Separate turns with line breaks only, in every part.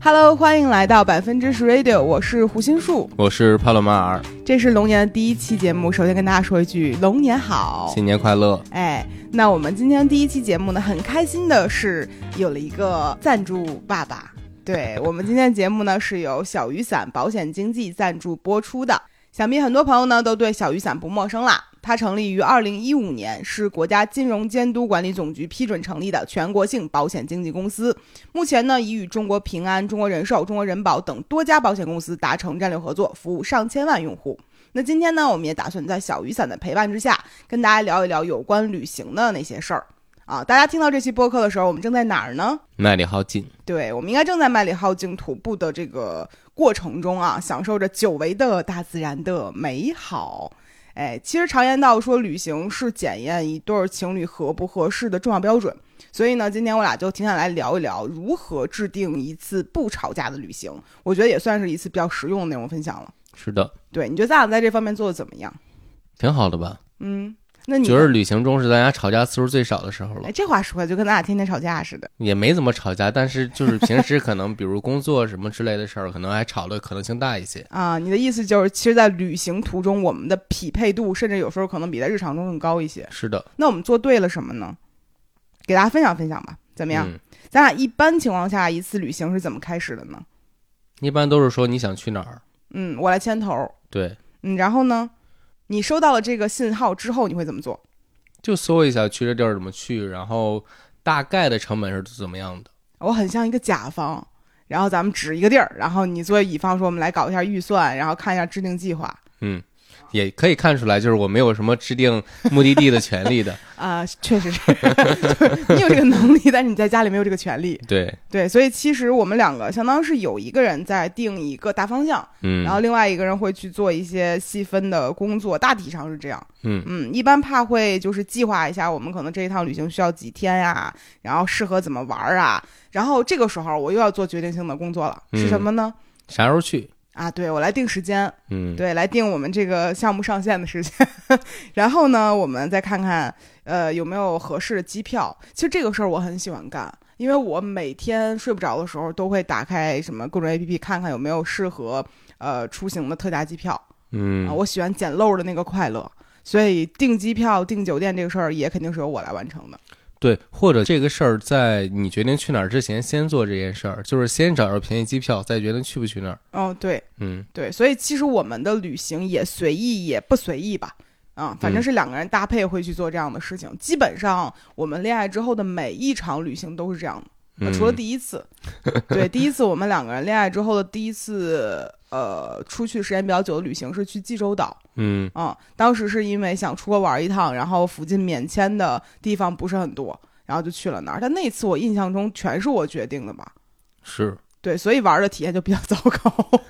Hello，欢迎来到百分之十 Radio，我是胡心树，
我是帕洛马尔，
这是龙年的第一期节目。首先跟大家说一句，龙年好！
新年快乐！
哎，那我们今天第一期节目呢，很开心的是有了一个赞助爸爸。对我们今天节目呢，是由小雨伞保险经纪赞助播出的。想必很多朋友呢都对小雨伞不陌生啦。它成立于二零一五年，是国家金融监督管理总局批准成立的全国性保险经纪公司。目前呢，已与中国平安、中国人寿、中国人保等多家保险公司达成战略合作，服务上千万用户。那今天呢，我们也打算在小雨伞的陪伴之下，跟大家聊一聊有关旅行的那些事儿啊。大家听到这期播客的时候，我们正在哪儿呢？
麦里浩尽，
对，我们应该正在麦里浩径徒步的这个过程中啊，享受着久违的大自然的美好。哎，其实常言道说，旅行是检验一对儿情侣合不合适的重要标准。所以呢，今天我俩就挺想来聊一聊如何制定一次不吵架的旅行。我觉得也算是一次比较实用的内容分享了。
是的，
对，你觉得咱俩在这方面做的怎么样？
挺好的吧？
嗯，那你
觉得旅行中是大家吵架次数最少的时候了
哎，，这话说的就跟咱俩天天吵架似的。
也没怎么吵架，但是就是平时可能比如工作什么之类的事儿，可能还吵的可能性大一些。
啊，你的意思就是，其实，在旅行途中，我们的匹配度甚至有时候可能比在日常中更高一些。
是的，
那我们做对了什么呢？给大家分享分享吧，怎么样？
嗯，
咱俩一般情况下一次旅行是怎么开始的呢？
一般都是说你想去哪儿，
嗯，我来牵头。
对，
嗯，然后呢，你收到了这个信号之后，你会怎么做？
就搜一下去这地儿怎么去，然后大概的成本是怎么样的。
我很像一个甲方，然后咱们指一个地儿，然后你作为乙方说，我们来搞一下预算，然后看一下制定计划。
嗯，也可以看出来，就是我没有什么制定目的地的权利的。
啊、确实是， 就是你有这个能力，但是你在家里没有这个权利。
对，
对，所以其实我们两个相当是有一个人在定一个大方向，
嗯，
然后另外一个人会去做一些细分的工作，大体上是这样。
嗯
嗯，一般怕会就是计划一下，我们可能这一趟旅行需要几天呀、然后适合怎么玩儿啊，然后这个时候我又要做决定性的工作了，是什
嗯
么呢？
啥时候去？
啊，对我来定时间，
嗯，
对，来定我们这个项目上线的时间。 然后呢，我们再看看呃有没有合适的机票。其实这个事儿我很喜欢干，因为我每天睡不着的时候都会打开什么各种 APP 看看有没有适合呃出行的特价机票、
嗯
啊。，我喜欢捡漏的那个快乐。所以订机票、订酒店这个事儿也肯定是由我来完成的。
对，或者这个事儿在你决定去哪儿之前，先做这件事儿，就是先找着便宜机票，再决定去不去那儿。
哦，对
嗯，
对，所以其实我们的旅行也随意也不随意吧，啊，反正
嗯
是两个人搭配会去做这样的事情。基本上我们恋爱之后的每一场旅行都是这样的。呃
嗯
除了第一次，对，第一次我们两个人恋爱之后的第一次，呃，出去时间比较久的旅行是去济州岛，
嗯
嗯，当时是因为想出国玩一趟，然后附近免签的地方不是很多，然后就去了那儿。但那次我印象中全是我决定的吧，
是，
对，所以玩的体验就比较糟糕。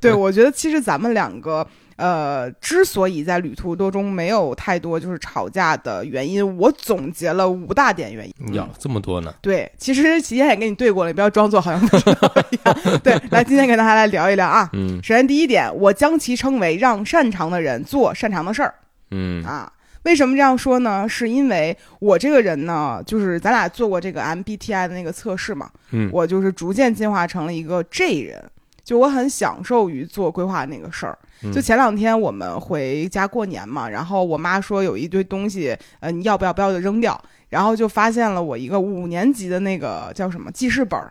对，我觉得其实咱们两个呃，之所以在旅途多中没有太多就是吵架的原因，我总结了五大点原因。
要这么多呢？
对，其实起先也跟你对过了，你不要装作好像不知道一样。 对，来，今天跟大家来聊一聊啊。
嗯
首先第一点，我将其称为让擅长的人做擅长的事儿
嗯
啊。为什么这样说呢？是因为我这个人呢，就是咱俩做过这个 MBTI 的那个测试嘛，
嗯，
我就是逐渐进化成了一个 J 人，就我很享受于做规划那个事儿。
嗯
就前两天我们回家过年嘛，然后我妈说有一堆东西，呃，你要不要不要就扔掉，然后就发现了我一个五年级的那个叫什么记事本儿，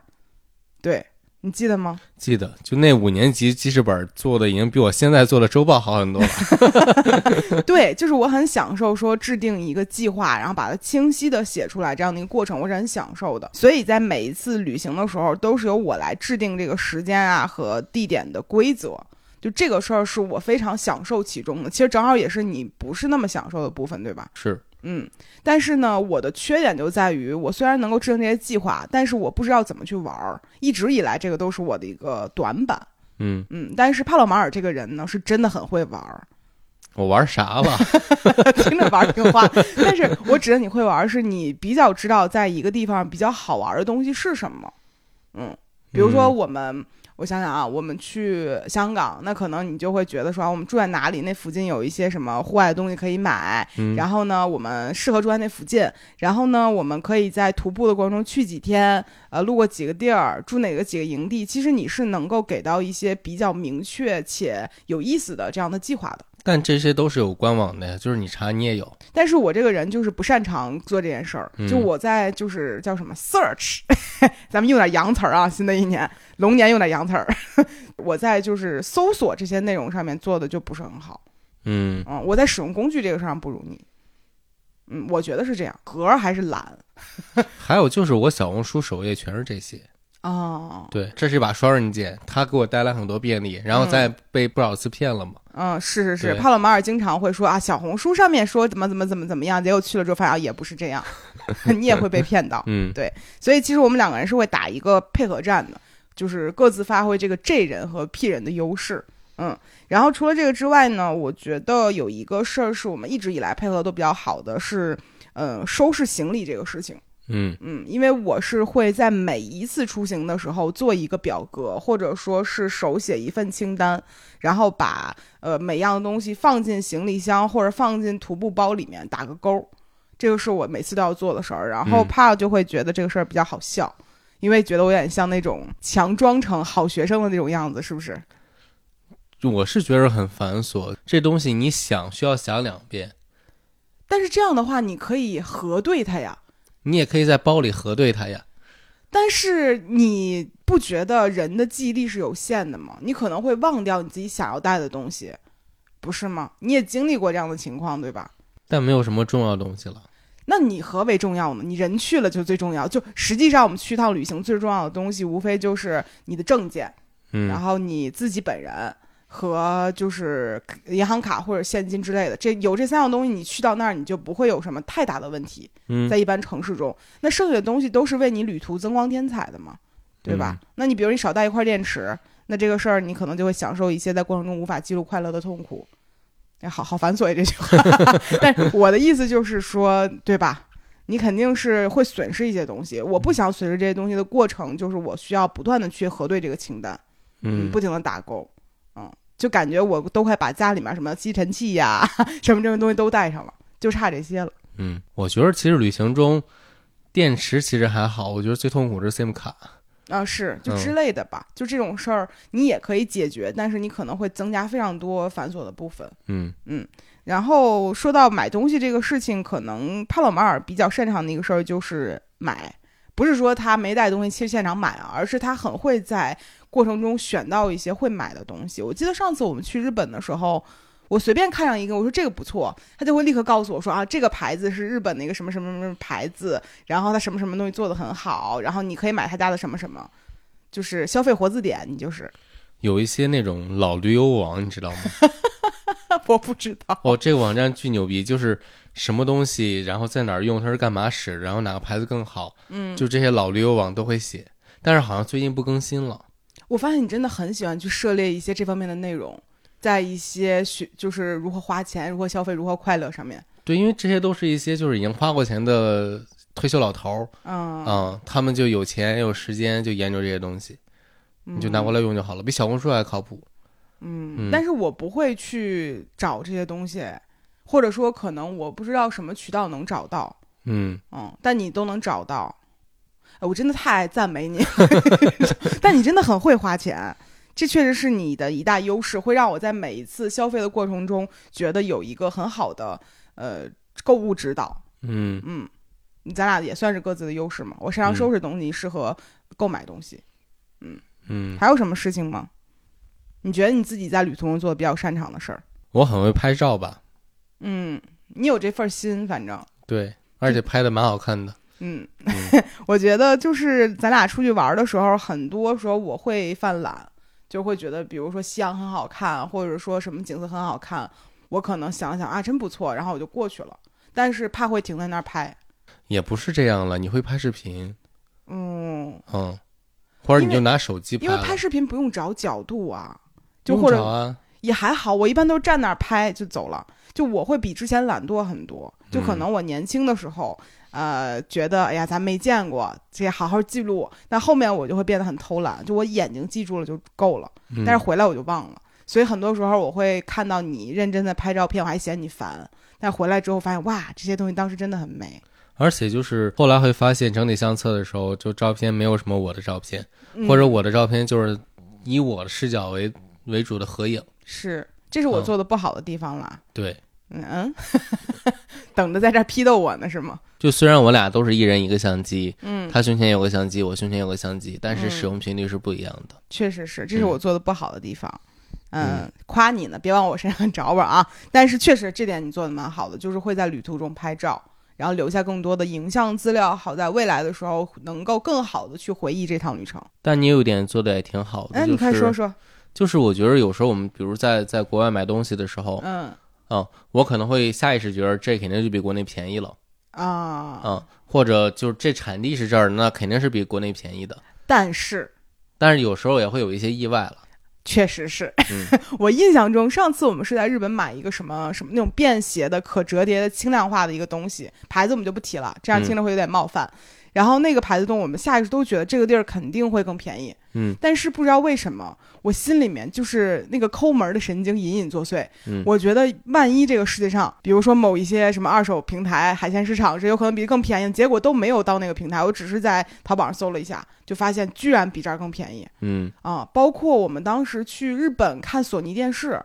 对你记得吗？
记得就那五年级记事本做的已经比我现在做的周报好 很多了。
对，就是我很享受说制定一个计划，然后把它清晰的写出来这样的一个过程，我是很享受的。所以在每一次旅行的时候，都是由我来制定这个时间啊和地点的规则。就这个事儿是我非常享受其中的，其实正好也是你不是那么享受的部分，对吧？
是，
嗯，但是呢，我的缺点就在于，我虽然能够制定这些计划，但是我不知道怎么去玩儿。一直以来，这个都是我的一个短板。
嗯，
嗯，但是帕洛马尔这个人呢，是真的很会玩儿，
我玩啥 了？
听着玩儿挺花， 但是我指的你会玩儿，是你比较知道在一个地方比较好玩儿的东西是什么。嗯，比如说
嗯
我们、我想想啊，我们去香港，那可能你就会觉得说，啊我们住在哪里？那附近有一些什么户外的东西可以买，
嗯
然后呢，我们适合住在那附近。然后呢，我们可以在徒步的过程中去几天，呃，路过几个地儿，住哪个几个营地。其实你是能够给到一些比较明确且有意思的这样的计划的。
但这些都是有官网的呀，就是你查你也有。
但是我这个人就是不擅长做这件事儿，
嗯
就我在就是叫什么 search，咱们 用点洋词儿啊，新的一年龙年用点洋词儿， 我在就是搜索这些内容上面做的就不是很好，
嗯，
嗯，我在使用工具这个上不如你，嗯，我觉得是这样，格儿还是懒
还有就是我小红书首页全是这些。
哦，
对，这是一把双刃剑，它给我带来很多便利，然后咱也被不少次骗了嘛。
嗯，是是是，
对
帕洛马尔经常会说啊，小红书上面说怎么怎么怎么怎么样，结果去了之后发现啊也不是这样， 你也会被骗到。
嗯
所以其实我们两个人是会打一个配合战的，就是各自发挥这个 J 人和 P 人的优势。嗯，然后除了这个之外呢，我觉得有一个事儿是我们一直以来配合都比较好的是，呃，收拾行李这个事情。
嗯
嗯，因为我是会在每一次出行的时候做一个表格，或者说是手写一份清单，然后把呃每样东西放进行李箱或者放进徒步包里面打个勾儿，这个是我每次都要做的事儿。然后
嗯
怕就会觉得这个事儿比较好笑，因为觉得我有点像那种强装成好学生的那种样子，是不是？
就我是觉得很繁琐，这东西你想需要想两遍，
但是这样的话，你可以核对它呀。
你也可以在包里核对它呀。
但是你不觉得人的记忆力是有限的吗？你可能会忘掉你自己想要带的东西，不是吗？你也经历过这样的情况，对吧？
但没有什么重要的东西了。
那你何为重要呢？你人去了就最重要。就实际上，我们去一趟旅行最重要的东西，无非就是你的证件，然
嗯
后你自己本人和就是银行卡或者现金之类的。这有这三样东西，你去到那儿你就不会有什么太大的问题。
嗯
在一般城市中，那剩下的东西都是为你旅途增光添彩的嘛，对吧？
嗯
那你比如你少带一块电池，那这个事儿你可能就会享受一些在过程中无法记录快乐的痛苦。哎，好好繁琐呀这句话， 但是我的意思就是说，对吧？你肯定是会损失一些东西，我不想损失这些东西的过程，就是我需要不断的去核对这个清单。嗯，
嗯
不，停的打勾，嗯，就感觉我都快把家里面什么吸尘器呀、 什么这种东西都带上了，就差这些了。
嗯，我觉得其实旅行中电池其实还好，我觉得最痛苦是 SIM 卡。
啊，是就
嗯
之类的吧，就这种事儿你也可以解决，但是你可能会增加非常多繁琐的部分。
嗯
然后说到买东西这个事情，可能帕洛马尔比较擅长的一个事儿就是买，不是说他没带东西去现场买啊，而是他很会在过程中选到一些会买的东西。我记得上次我们去日本的时候。我随便看上一个，我说这个不错，他就会立刻告诉我说啊，这个牌子是日本的一个什么什么什么牌子，然后它什么什么东西做的很好，然后你可以买他家的什么什么，就是消费活字典，你就是，
有一些那种老驴友网，你知道吗？
我不知道，
哦，这个网站巨牛逼，就是什么东西，然后在哪儿用，它是干嘛使，然后哪个牌子更好，
嗯，
就这些老驴友网都会写，但是好像最近不更新了。
我发现你真的很喜欢去涉猎一些这方面的内容，在一些学就是如何花钱、如何消费、如何快乐上面。
对，因为这些都是一些就是已经花过钱的退休老头儿，
嗯，
嗯，他们就有钱有时间就研究这些东西，你就拿过来用就好了，比小红书还靠谱。
嗯，但是我不会去找这些东西，或者说可能我不知道什么渠道能找到。
嗯，
嗯，但你都能找到，哎我真的太爱赞美 你， 但你真的很会花钱。这确实是你的一大优势，会让我在每一次消费的过程中觉得有一个很好的呃购物指导。
嗯，
嗯，咱俩也算是各自的优势嘛。我擅长
嗯
收拾东西，你适合购买东西。
嗯，
还有什么事情吗？你觉得你自己在旅途中做的比较擅长的事儿？
我很会拍照吧？
嗯，你有这份儿心，反正
对，而且拍的蛮好看的。
嗯， 我觉得就是咱俩出去玩儿的时候，很多时候我会犯懒，就会觉得，比如说夕阳很好看，或者说什么景色很好看，我可能想想啊，真不错，然后我就过去了，但是怕会停在那儿拍。
也不是这样了，你会拍视频，
嗯，
嗯，或者
因为
你就拿手机拍
因为
了，
拍视频不用找角度啊，就
用
或者
着啊，
也还好，我一般都是站那儿拍就走了，就我会比之前懒惰很多，
嗯
就可能我年轻的时候，呃，觉得哎呀，咱没见过，这好好记录。但后面我就会变得很偷懒，就我眼睛记住了就够了，
嗯
但是回来我就忘了。所以很多时候我会看到你认真的拍照片，我还嫌你烦，但回来之后发现哇，这些东西当时真的很美。
而且就是后来会发现，整理相册的时候，就照片没有什么我的照片，
嗯
或者我的照片就是以我的视角为为主的合影。
是，这是我
嗯
做的不好的地方啦。
对，
嗯， 等着在这儿批斗我呢是吗？
就虽然我俩都是一人一个相机，
嗯，
他胸前有个相机，我胸前有个相机，但是
嗯
使用频率是不一样的。
确实是，这
嗯
是我做的不好的地方。嗯，夸你呢，别往我身上 找吧啊！但是确实这点你做的蛮好的，就是会在旅途中拍照，然后留下更多的影像资料，好在未来的时候能够更好的去回忆这趟旅程。
但你有一点做的也挺好的，
哎，你快
就是
说说，
就是我觉得有时候我们比如在在国外买东西的时候，
嗯
嗯，我可能会下意识觉得这肯定就比国内便宜了，
啊，
嗯，或者就是这产地是这儿的，那肯定是比国内便宜的。
但是
但是有时候也会有一些意外了，
确实是、
嗯
我印象中，上次我们是在日本买一个什么什么那种便携的可折叠的轻量化的一个东西，牌子我们就不提了，这样
嗯
听着会有点冒犯。然后那个牌子中，我们下意识都觉得这个地儿肯定会更便宜，
嗯，
但是不知道为什么，我心里面就是那个抠门的神经隐隐作祟。
嗯
我觉得万一这个世界上，比如说某一些什么二手平台、海鲜市场，这有可能比更便宜，结果都没有到那个平台，我只是在淘宝上搜了一下，就发现居然比这儿更便宜。
嗯
啊，包括我们当时去日本看索尼电视，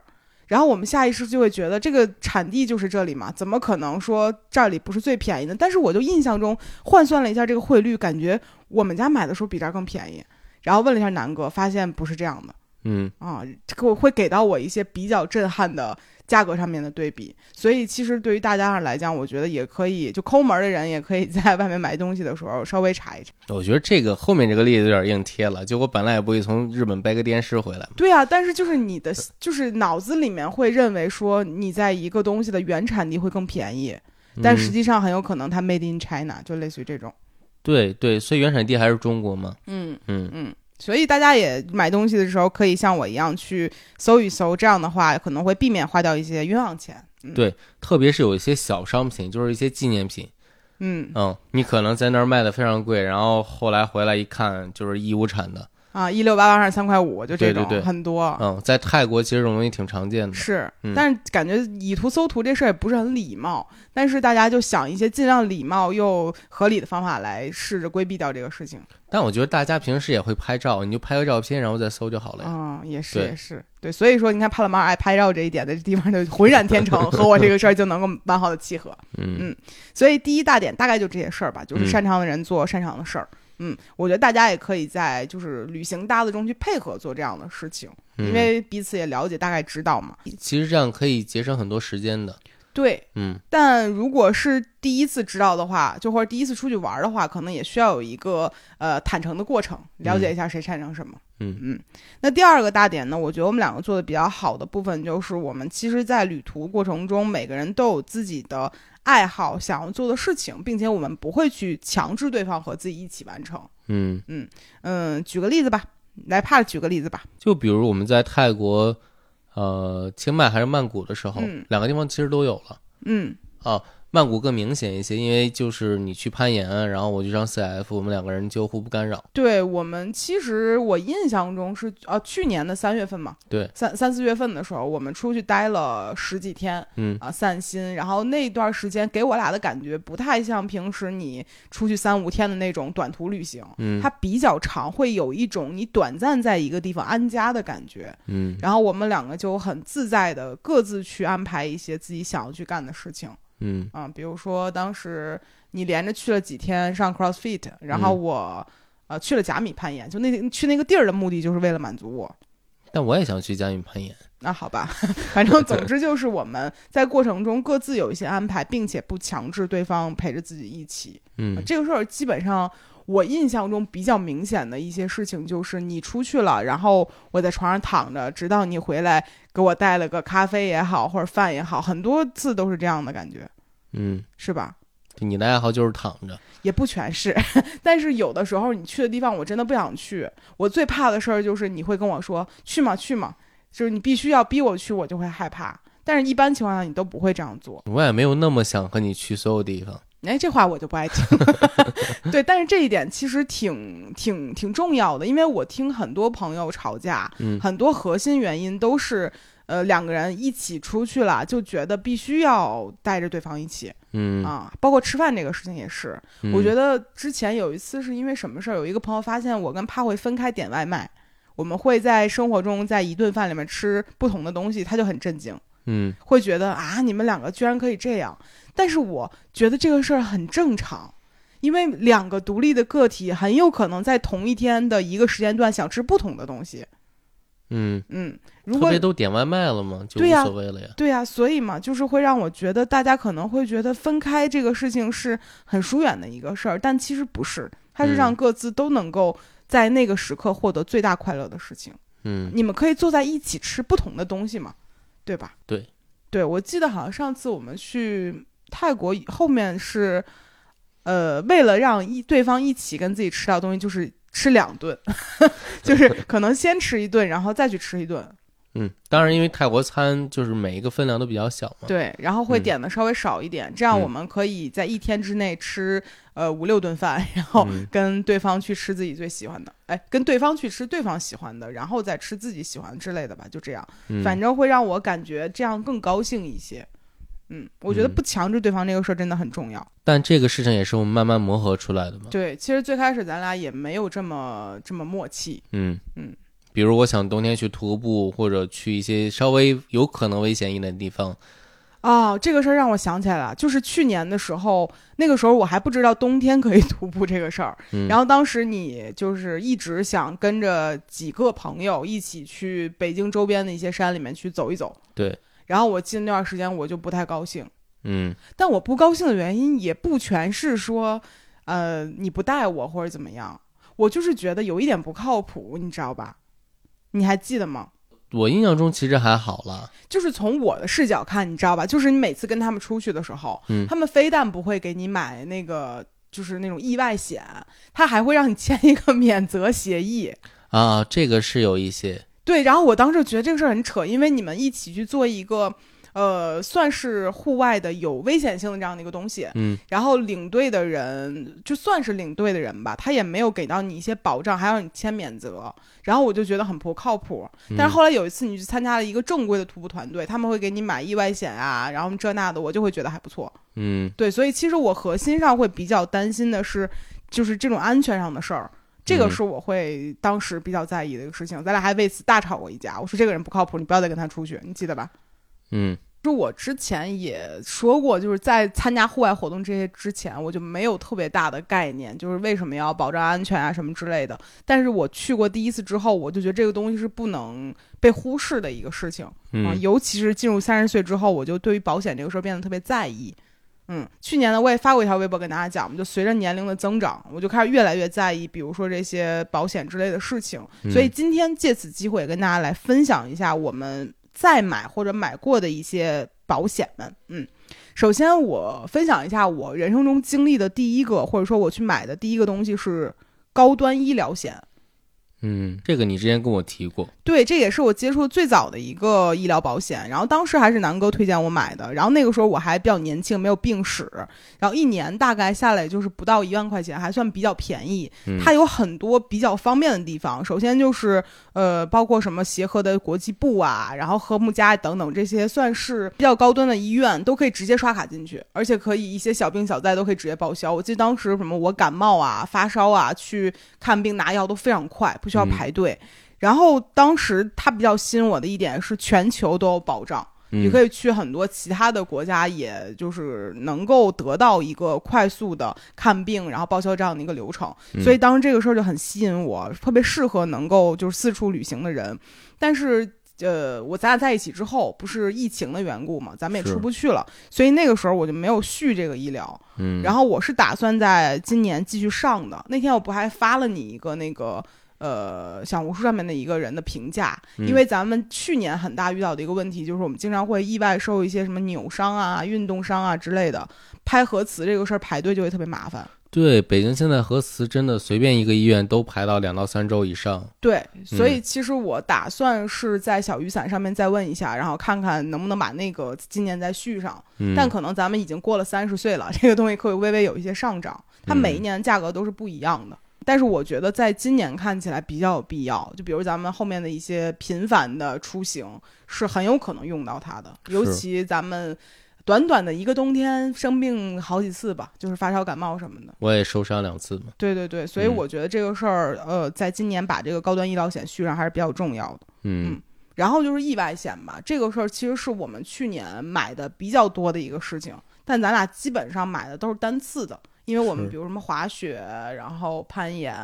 然后我们下意识就会觉得这个产地就是这里嘛，怎么可能说这里不是最便宜的？但是我就印象中换算了一下这个汇率，感觉我们家买的时候比这儿更便宜，然后问了一下南哥，发现不是这样的
嗯，
啊，这个会给到我一些比较震撼的。价格上面的对比，所以其实对于大家来讲，我觉得也可以，就抠门儿的人也可以在外面买东西的时候稍微查一查。
我觉得这个后面这个例子有点硬贴了，就我本来也不会从日本掰个电视回来嘛，
对啊，但是就是你的，就是脑子里面会认为说你在一个东西的原产地会更便宜，但实
嗯
际上很有可能它 made in China，就类似于这种。
对对，所以原产地还是中国嘛，
嗯，
嗯
所以大家也买东西的时候可以像我一样去搜一搜，这样的话可能会避免花掉一些冤枉钱。嗯，
对特别是有一些小商品，就是一些纪念品，
嗯
嗯，你可能在那儿卖的非常贵，然后后来回来一看就是义乌产的，
啊，一六八八二三块五，就这
对对
种
对
很多。
嗯，在泰国其实这种东西挺常见的，
啊是
嗯，
但是感觉以图搜图这事儿也不是很礼貌，但是大家就想一些尽量礼貌又合理的方法来试着规避掉这个事情。
但我觉得大家平时也会拍照，你就拍个照片然后再搜就好了呀。
啊、也是
对
也是，对，所以说你看帕拉马尔爱拍照这一点的地方就浑然天 成，和我这个事儿就能够完好的契合。
嗯
嗯所以第一大点大概就这些事儿吧，就是
嗯
擅长的人做擅长的事儿。嗯，我觉得大家也可以在就是旅行搭子中去配合做这样的事情，因
嗯
为彼此也了解，大概知道嘛。
其实这样可以节省很多时间的。
对，
嗯，
但如果是第一次知道的话，就或者第一次出去玩儿的话，可能也需要有一个呃坦诚的过程，了解一下谁擅长什么。
嗯
嗯，那第二个大点呢，我觉得我们两个做的比较好的部分就是，我们其实，在旅途过程中，每个人都有自己的爱好、想要做的事情，并且我们不会去强制对方和自己一起完成。
嗯，
嗯，举个例子吧，来帕举个例子吧。
就比如我们在泰国，呃，清迈还是曼谷的时候，
嗯
两个地方其实都有了
嗯
啊。曼谷更明显一些，因为就是你去攀岩，然后我去上 CF，我们两个人就互不干扰。
对我们，其实我印象中是呃、去年的三月份嘛，
对，
三三四月份的时候，我们出去待了十几天
嗯
啊，散心。然后那段时间给我俩的感觉不太像平时你出去三五天的那种短途旅行，
嗯
它比较长，会有一种你短暂在一个地方安家的感觉。
嗯
然后我们两个就很自在的各自去安排一些自己想要去干的事情。
嗯
啊，比如说当时你连着去了几天上 CrossFit，然后
嗯
我、呃去了甲米攀岩，就那去那个地儿的目的就是为了满足我。
但我也想去嘉峪攀岩。
那好吧， 反正总之就是我们在过程中各自有一些安排，并且不强制对方陪着自己一起。
嗯
这个事儿基本上我印象中比较明显的一些事情就是你出去了，然后我在床上躺着，直到你回来给我带了个咖啡也好，或者饭也好，很多次都是这样的感觉，
嗯，
是吧？
就你的爱好就是躺着。
也不全是， 但是有的时候你去的地方我真的不想去。我最怕的事儿就是你会跟我说去嘛去嘛，就是你必须要逼我去，我就会害怕。但是一般情况下你都不会这样做。
我也没有那么想和你去所有地方。
哎，这话我就不爱听。 对，但是这一点其实挺挺挺重要的，因为我听很多朋友吵架，
嗯
很多核心原因都是。呃，两个人一起出去了，就觉得必须要带着对方一起、
嗯，
啊，包括吃饭这个事情也是。
嗯
我觉得之前有一次是因为什么事儿，有一个朋友发现我跟他会分开点外卖，我们会在生活中在一顿饭里面吃不同的东西，他就很震惊，
嗯
会觉得啊，你们两个居然可以这样。但是我觉得这个事儿很正常，因为两个独立的个体很有可能在同一天的一个时间段想吃不同的东西。
嗯，
嗯，如
特
果
别都点外卖了嘛，就
对呀
无所谓了呀。
对呀、所以嘛，就是会让我觉得大家可能会觉得分开这个事情是很疏远的一个事儿，但其实不是，它是让
嗯
各自都能够在那个时刻获得最大快乐的事情。
嗯，
你们可以坐在一起吃不同的东西嘛，对吧？
对，
对，我记得好像上次我们去泰国以后面是，呃，为了让一对方一起跟自己吃到东西，就是吃两顿， 就是可能先吃一顿，然后再去吃一顿，
嗯，当然，因为泰国餐就是每一个分量都比较小嘛。
对，然后会
嗯
点的稍微少一点，这样我
嗯
们可以在一天之内吃呃五六顿饭，然后
嗯
跟对方去吃自己最喜欢的，哎，跟对方去吃对方喜欢的，然后再吃自己喜欢之类的吧，就这样，
嗯，
反正会让我感觉这样更高兴一些。嗯，我觉得
嗯
不强制对方这个事儿真的很重要。
但这个事情也是我们慢慢磨合出来的嘛。
对，其实最开始咱俩也没有这么这么默契。
嗯
嗯，
比如我想冬天去徒步，或者去一些稍微有可能危险一点的地方。
哦，这个事儿让我想起来了，就是去年的时候，那个时候我还不知道冬天可以 徒步这个事儿，
嗯
然后当时你就是一直想跟着几个朋友一起去北京周边的一些山里面去走一走，
对，
然后我记得那段时间我就不太高兴，
嗯
但我不高兴的原因也不全是说，呃，你不带我或者怎么样，我就是觉得有一点不靠谱，你知道吧？你还记得吗？
我印象中其实还好啦。
就是从我的视角看，你知道吧？就是你每次跟他们出去的时候，
嗯
他们非但不会给你买那个就是那种意外险，他还会让你签一个免责协议。
啊，这个是有一些，
对，然后我当时觉得这个事儿很扯，因为你们一起去做一个。呃，算是户外的有危险性的这样的一个东西，
嗯
然后领队的人就算是领队的人吧，他也没有给到你一些保障，还让你签免责，然后我就觉得很不靠谱。但是后来有一次你去参加了一个正规的徒步团队，他们会给你买意外险啊，然后这那的，我就会觉得还不错。
嗯，
对，所以其实我核心上会比较担心的是，就是这种安全上的事儿。这个
嗯
是我会当时比较在意的一个事情，咱俩还为此大吵过一架。我说这个人不靠谱，你不要再跟他出去，你记得吧？
嗯
就我之前也说过，就是在参加户外活动这些之前，我就没有特别大的概念，就是为什么要保障安全啊什么之类的。但是我去过第一次之后，我就觉得这个东西是不能被忽视的一个事情、啊，
嗯
尤其是进入三十岁之后，我就对于保险这个事儿变得特别在意。嗯，去年呢，我也发过一条微博跟大家讲，我们就随着年龄的增长，我就开始越来越在意，比如说这些保险之类的事情。
嗯，
所以今天借此机会也跟大家来分享一下我们再买或者买过的一些保险们。嗯，首先我分享一下我人生中经历的第一个，或者说我去买的第一个东西是高端医疗险。
嗯，这个你之前跟我提过，
对，这也是我接触最早的一个医疗保险。然后当时还是南哥推荐我买的，然后那个时候我还比较年轻，没有病史，然后一年大概下来也就是不到一万块钱，还算比较便宜。
嗯
它有很多比较方便的地方，首先就是呃，包括什么协和的国际部啊，然后和睦家等等这些算是比较高端的医院，都可以直接刷卡进去，而且可以一些小病小灾都可以直接报销。我记得当时什么我感冒啊、发烧啊，去看病拿药都非常快，不需要
嗯
排队。然后当时它比较吸引我的一点是全球都有保障，你
嗯
可以去很多其他的国家，也就是能够得到一个快速的看病，然后报销这样的一个流程。
嗯
所以当时这个事儿就很吸引我，特别适合能够就是四处旅行的人。但是呃，我咱俩在一起之后，不是疫情的缘故嘛，咱们也
是
出不去了，所以那个时候我就没有续这个医疗。
嗯，
然后我是打算在今年继续上的。那天我不还发了你一个那个呃小红书上面的一个人的评价，
嗯
因为咱们去年很大遇到的一个问题就是我们经常会意外受一些什么扭伤啊、运动伤啊之类的，拍核磁这个事儿排队就会特别麻烦。
对，北京现在核磁真的随便一个医院都排到两到三周以上。
对，
嗯
所以其实我打算是在小雨伞上面再问一下，然后看看能不能把那个今年再续上。
嗯，
但可能咱们已经过了三十岁了，这个东西会微微有一些上涨，它
嗯
每一年价格都是不一样的。但是我觉得在今年看起来比较有必要，就比如咱们后面的一些频繁的出行是很有可能用到它的，尤
是
其咱们短短的一个冬天生病好几次吧，就是发烧感冒什么的。
我也受伤两次嘛。
对对对，所以
嗯
我觉得这个事儿，呃，在今年把这个高端医疗险续上还是比较重要的。
嗯
然后就是意外险吧，这个事儿其实是我们去年买的比较多的一个事情，但咱俩基本上买的都是单次的，因为我们
是
比如什么滑雪，然后攀岩，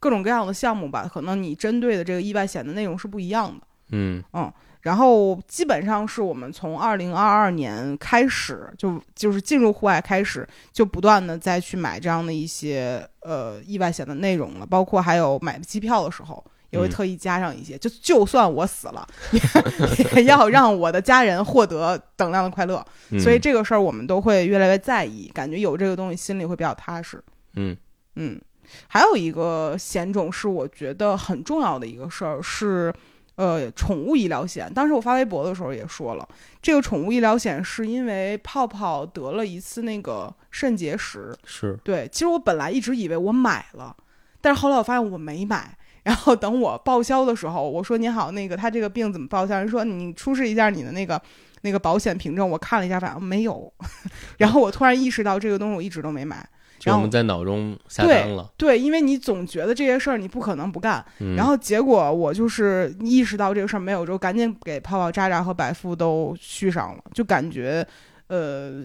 各种各样的项目吧，可能你针对的这个意外险的内容是不一样的。
嗯
然后基本上是我们从二零二二年开始，就就是进入户外开始，就不断的再去买这样的一些呃意外险的内容了，包括还有买机票的时候。也会
嗯
特意加上一些，就就算我死了，也 也要让我的家人获得等量的快乐。
嗯，
所以这个事儿我们都会越来越在意，感觉有这个东西心里会比较踏实。
嗯
嗯，还有一个险种是我觉得很重要的一个事儿是，呃，宠物医疗险。当时我发微博的时候也说了，这个宠物医疗险是因为泡泡得了一次那个肾结石。
是
对，其实我本来一直以为我买了，但是后来我发现我没买。然后等我报销的时候，我说您好，那个他这个病怎么报销？人说你出示一下你的那个那个保险凭证。我看了一下，反正没有。 然后我突然意识到这个东西我一直都没买。
就
然后
我们在脑中下单了。
对，因为你总觉得这些事儿你不可能不干，
嗯，
然后结果我就是意识到这个事儿没有之后，赶紧给泡泡、渣渣和百富都续上了，就感觉，呃，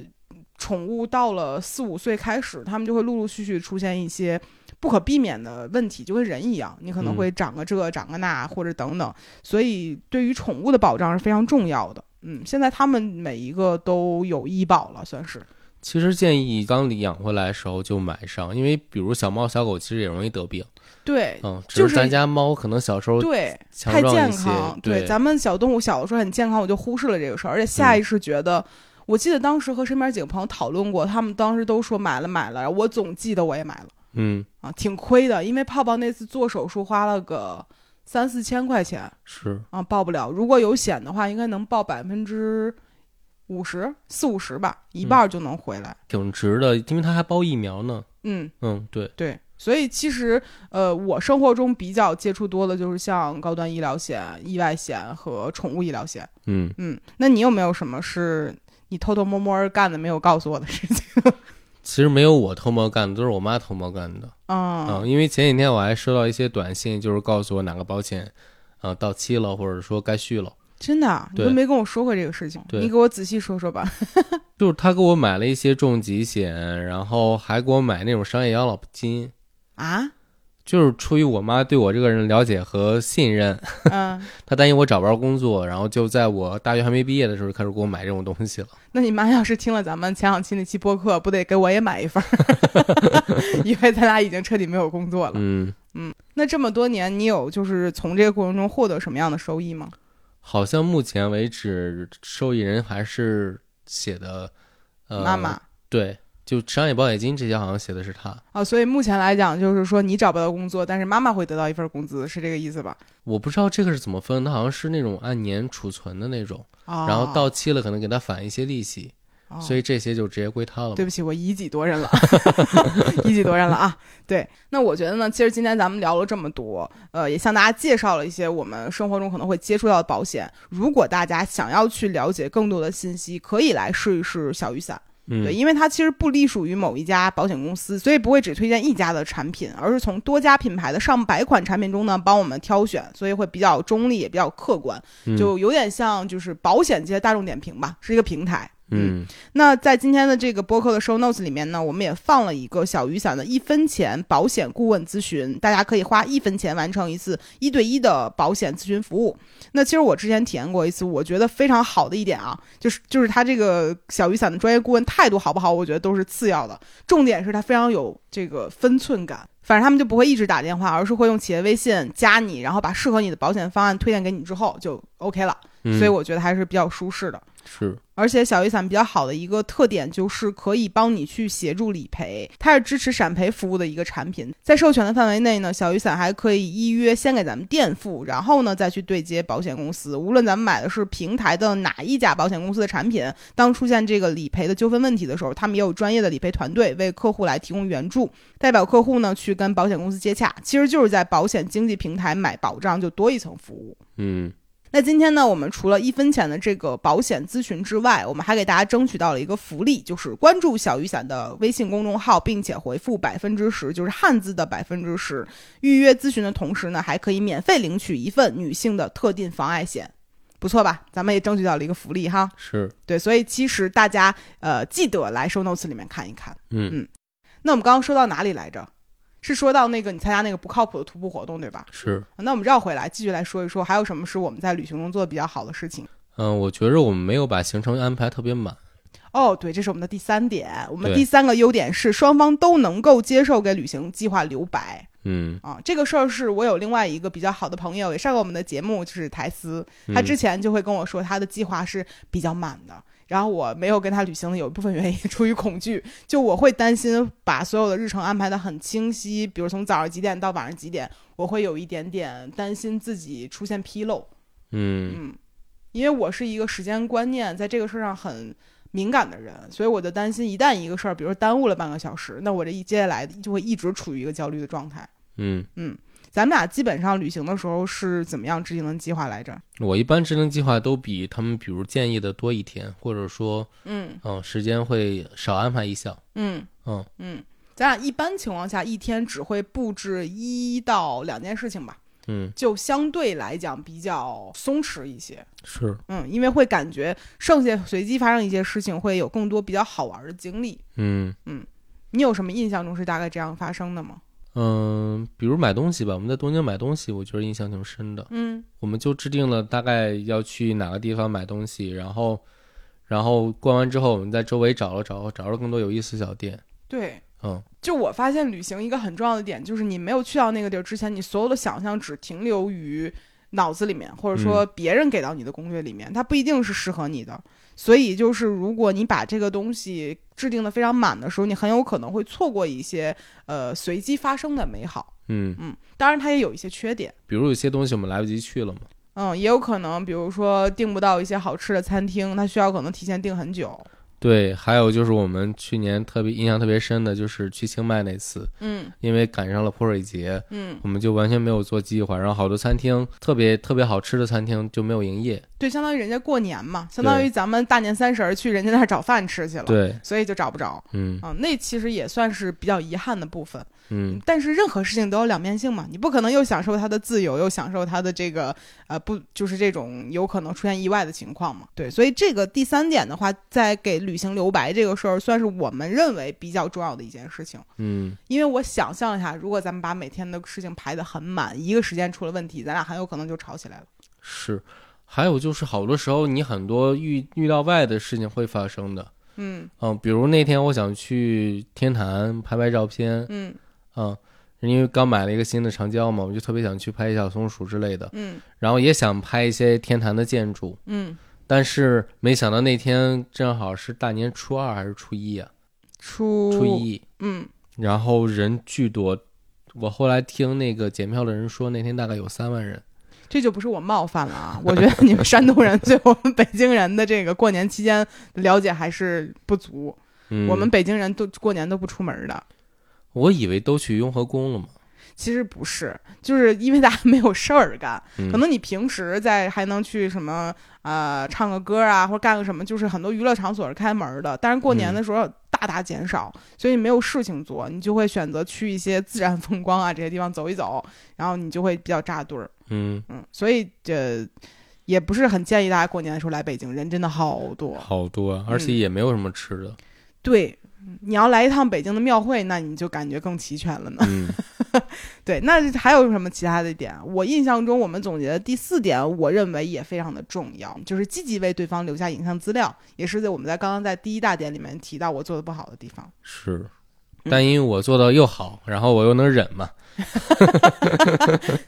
宠物到了四五岁开始，它们就会陆陆续续出现一些不可避免的问题，就跟人一样，你可能
嗯
会长个这、长个那或者等等，所以对于宠物的保障是非常重要的。嗯，现在它们每一个都有医保了，算是。
其实建议刚领养回来的时候就买上，因为比如小猫小狗其实也容易得病。
对
嗯，只
就是是
咱家猫可能小时候
对，
强
太
壮
健
一些
康，，
对，嗯
咱们小动物小的时候很健康，我就忽视了这个事儿，而且下意识觉得，我记得当时和身边几个朋友讨论过，他们当时都说买了买了，我总记得我也买了
嗯
啊，挺亏的，因为泡泡那次做手术花了个三四千块钱
是
啊，报不了，如果有险的话，应该能报百分之五十四五十吧，一半儿
嗯
就能回来，
挺值的，因为它还包疫苗呢。
嗯
嗯，对，
对，所以其实呃，我生活中比较接触多的就是像高端医疗险、意外险和宠物医疗险。
嗯，
嗯，那你有没有什么是你偷偷摸摸儿干的没有告诉我的事情？
其实没有我偷摸干的，都是我妈偷摸干的。
嗯
嗯，因为前几天我还收到一些短信，就是告诉我哪个保险啊、呃到期了，或者说该续了。
真的啊，你
对
都没跟我说过这个事情，
对
你给我仔细说说吧。
就是他给我买了一些重疾险，然后还给我买那种商业养老金，
啊，
就是出于我妈对我这个人了解和信任，
嗯，
她担心我找不着工作，然后就在我大学还没毕业的时候就开始给我买这种东西了。
那你妈要是听了咱们前两期那期播客，不得给我也买一份儿？ 因为咱俩已经彻底没有工作了。
嗯，
那这么多年，你有就是从这个过程中获得什么样的收益吗？
好像目前为止受益人还是写的呃
妈妈，
对，就商业保险金这些好像写的是她。
啊，所以目前来讲，就是说你找不到工作，但是妈妈会得到一份工资，是这个意思吧？
我不知道这个是怎么分，它好像是那种按年储存的那种，
哦、
然后到期了可能给他返一些利息，
哦，
所以这些就直接归他了嘛。
对不起，我以己度人 了， 以己度人了啊！对，那我觉得呢，其实今天咱们聊了这么多，呃，也向大家介绍了一些我们生活中可能会接触到的保险。如果大家想要去了解更多的信息，可以来试一试小雨伞。对，
嗯，
因为它其实不隶属于某一家保险公司，所以不会只推荐一家的产品，而是从多家品牌的上百款产品中呢帮我们挑选，所以会比较中立，也比较客观，
嗯
就有点像就是保险界的大众点评吧，是一个平台。
嗯
那在今天的这个播客的 show notes 里面呢，我们也放了一个小雨伞的一分钱保险顾问咨询，大家可以花一分钱完成一次一对一的保险咨询服务。那其实我之前体验过一次，我觉得非常好的一点啊，就是就是他这个小雨伞的专业顾问态度好不好，我觉得都是次要的，重点是他非常有这个分寸感。反正他们就不会一直打电话，而是会用企业微信加你，然后把适合你的保险方案推荐给你之后就 OK 了。
嗯
所以我觉得还是比较舒适的。
是
而且小雨伞比较好的一个特点就是可以帮你去协助理赔，它是支持闪赔服务的一个产品。在授权的范围内呢，小雨伞还可以依约先给咱们垫付，然后呢再去对接保险公司。无论咱们买的是平台的哪一家保险公司的产品，当出现这个理赔的纠纷问题的时候，他们也有专业的理赔团队为客户来提供援助，代表客户呢去跟保险公司接洽，其实就是在保险经纪平台买保障就多一层服务。
嗯
那今天呢，我们除了一分钱的这个保险咨询之外，我们还给大家争取到了一个福利，就是关注小雨伞的微信公众号，并且回复百分之十，就是汉字的百分之十，预约咨询的同时呢，还可以免费领取一份女性的特定防癌险，不错吧？咱们也争取到了一个福利哈。
是
对，所以其实大家呃记得来 show notes 里面看一看。
嗯
嗯那我们刚刚说到哪里来着？是说到那个你参加那个不靠谱的徒步活动对吧？
是。
那我们绕回来，继续来说一说，还有什么是我们在旅行中做的比较好的事情？
嗯，我觉着我们没有把行程安排特别满。
哦，对，这是我们的第三点。我们
对
第三个优点是双方都能够接受给旅行计划留白
嗯，
啊。这个事儿是我有另外一个比较好的朋友，也上过我们的节目，就是台思，他
嗯
之前就会跟我说他的计划是比较满的。然后我没有跟他旅行的有一部分原因出于恐惧，就我会担心把所有的日程安排的很清晰，比如从早上几点到晚上几点，我会有一点点担心自己出现纰漏。
嗯
嗯，因为我是一个时间观念在这个事儿上很敏感的人，所以我就担心一旦一个事儿，比如说耽误了半个小时，那我这一接下来就会一直处于一个焦虑的状态。
嗯，
咱们俩基本上旅行的时候是怎么样制定的计划来着？
我一般制定计划都比他们比如建议的多一天，或者说
嗯
嗯时间会少安排一小。
嗯
嗯
嗯，咱俩一般情况下一天只会布置一到两件事情吧，
嗯，
就相对来讲比较松弛一些。
是
嗯，因为会感觉剩下随机发生一些事情，会有更多比较好玩的经历。
嗯。
你有什么印象中是大概这样发生的吗？
嗯，比如买东西吧，我们在东京买东西，我觉得印象挺深的。
嗯
我们就制定了大概要去哪个地方买东西，然后，然后逛完之后，我们在周围找了找，找了更多有意思的小店。，
对，
嗯，
就我发现旅行一个很重要的点，就是你没有去到那个地儿之前，你所有的想象只停留于脑子里面，或者说别人给到你的攻略里面，它不一定是适合你的。所以就是，如果你把这个东西制定的非常满的时候，你很有可能会错过一些呃随机发生的美好。
嗯，
当然，它也有一些缺点。
比如有些东西我们来不及去了嘛。
嗯，也有可能，比如说订不到一些好吃的餐厅，它需要可能提前订很久。
对，还有就是我们去年特别印象特别深的就是去清迈那次，
嗯
因为赶上了泼水节，
嗯，
我们就完全没有做计划，然后好多餐厅特别特别好吃的餐厅就没有营业。
对，相当于人家过年嘛，相当于咱们大年三十儿去人家那儿找饭吃去了，
对，
所以就找不着。
嗯
啊，那其实也算是比较遗憾的部分，
嗯，
但是任何事情都有两面性嘛，你不可能又享受它的自由，又享受它的这个呃不，就是这种有可能出现意外的情况嘛。对，所以这个第三点的话，在给旅行留白这个事儿，算是我们认为比较重要的一件事情。
嗯，
因为我想象一下，如果咱们把每天的事情排得很满，一个时间出了问题，咱俩很有可能就吵起来了。
是。还有就是，好多时候你很多预预料外的事情会发生的，
嗯
嗯，比如那天我想去天坛拍拍照片，
嗯
嗯，因为刚买了一个新的长焦嘛，我就特别想去拍一小松鼠之类的，
嗯
然后也想拍一些天坛的建筑，
嗯，
但是没想到那天正好是大年初二还是初一啊，
初
初一，
嗯，
然后人巨多，我后来听那个检票的人说，那天大概有三万人，
这就不是我冒犯了啊！我觉得你们山东人 对我们北京人的这个过年期间的了解还是不足。
嗯，
我们北京人都过年都不出门的，
我以为都去雍和宫了嘛，
其实不是，就是因为大家 没有事儿干。
嗯
可能你平时在还能去什么呃唱个歌啊，或者干个什么，就是很多娱乐场所是开门的，但是过
嗯
年的时候大大减少，所以你没有事情做，你就会选择去一些自然风光啊这些地方走一走，然后你就会比较扎堆儿。
嗯，
嗯，所以这也不是很建议大家过年的时候来北京，人真的好多。
好多
嗯
啊，而且也没有什么吃的，
对，你要来一趟北京的庙会，那你就感觉更齐全了 呢。
嗯
对，那还有什么其他的点？我印象中，我们总结的第四点，我认为也非常的重要，就是积极为对方留下影像资料，也是在我们在刚刚在第一大点里面提到我做的不好的地方。
是，
嗯
但因为我做到又好，然后我又能忍嘛，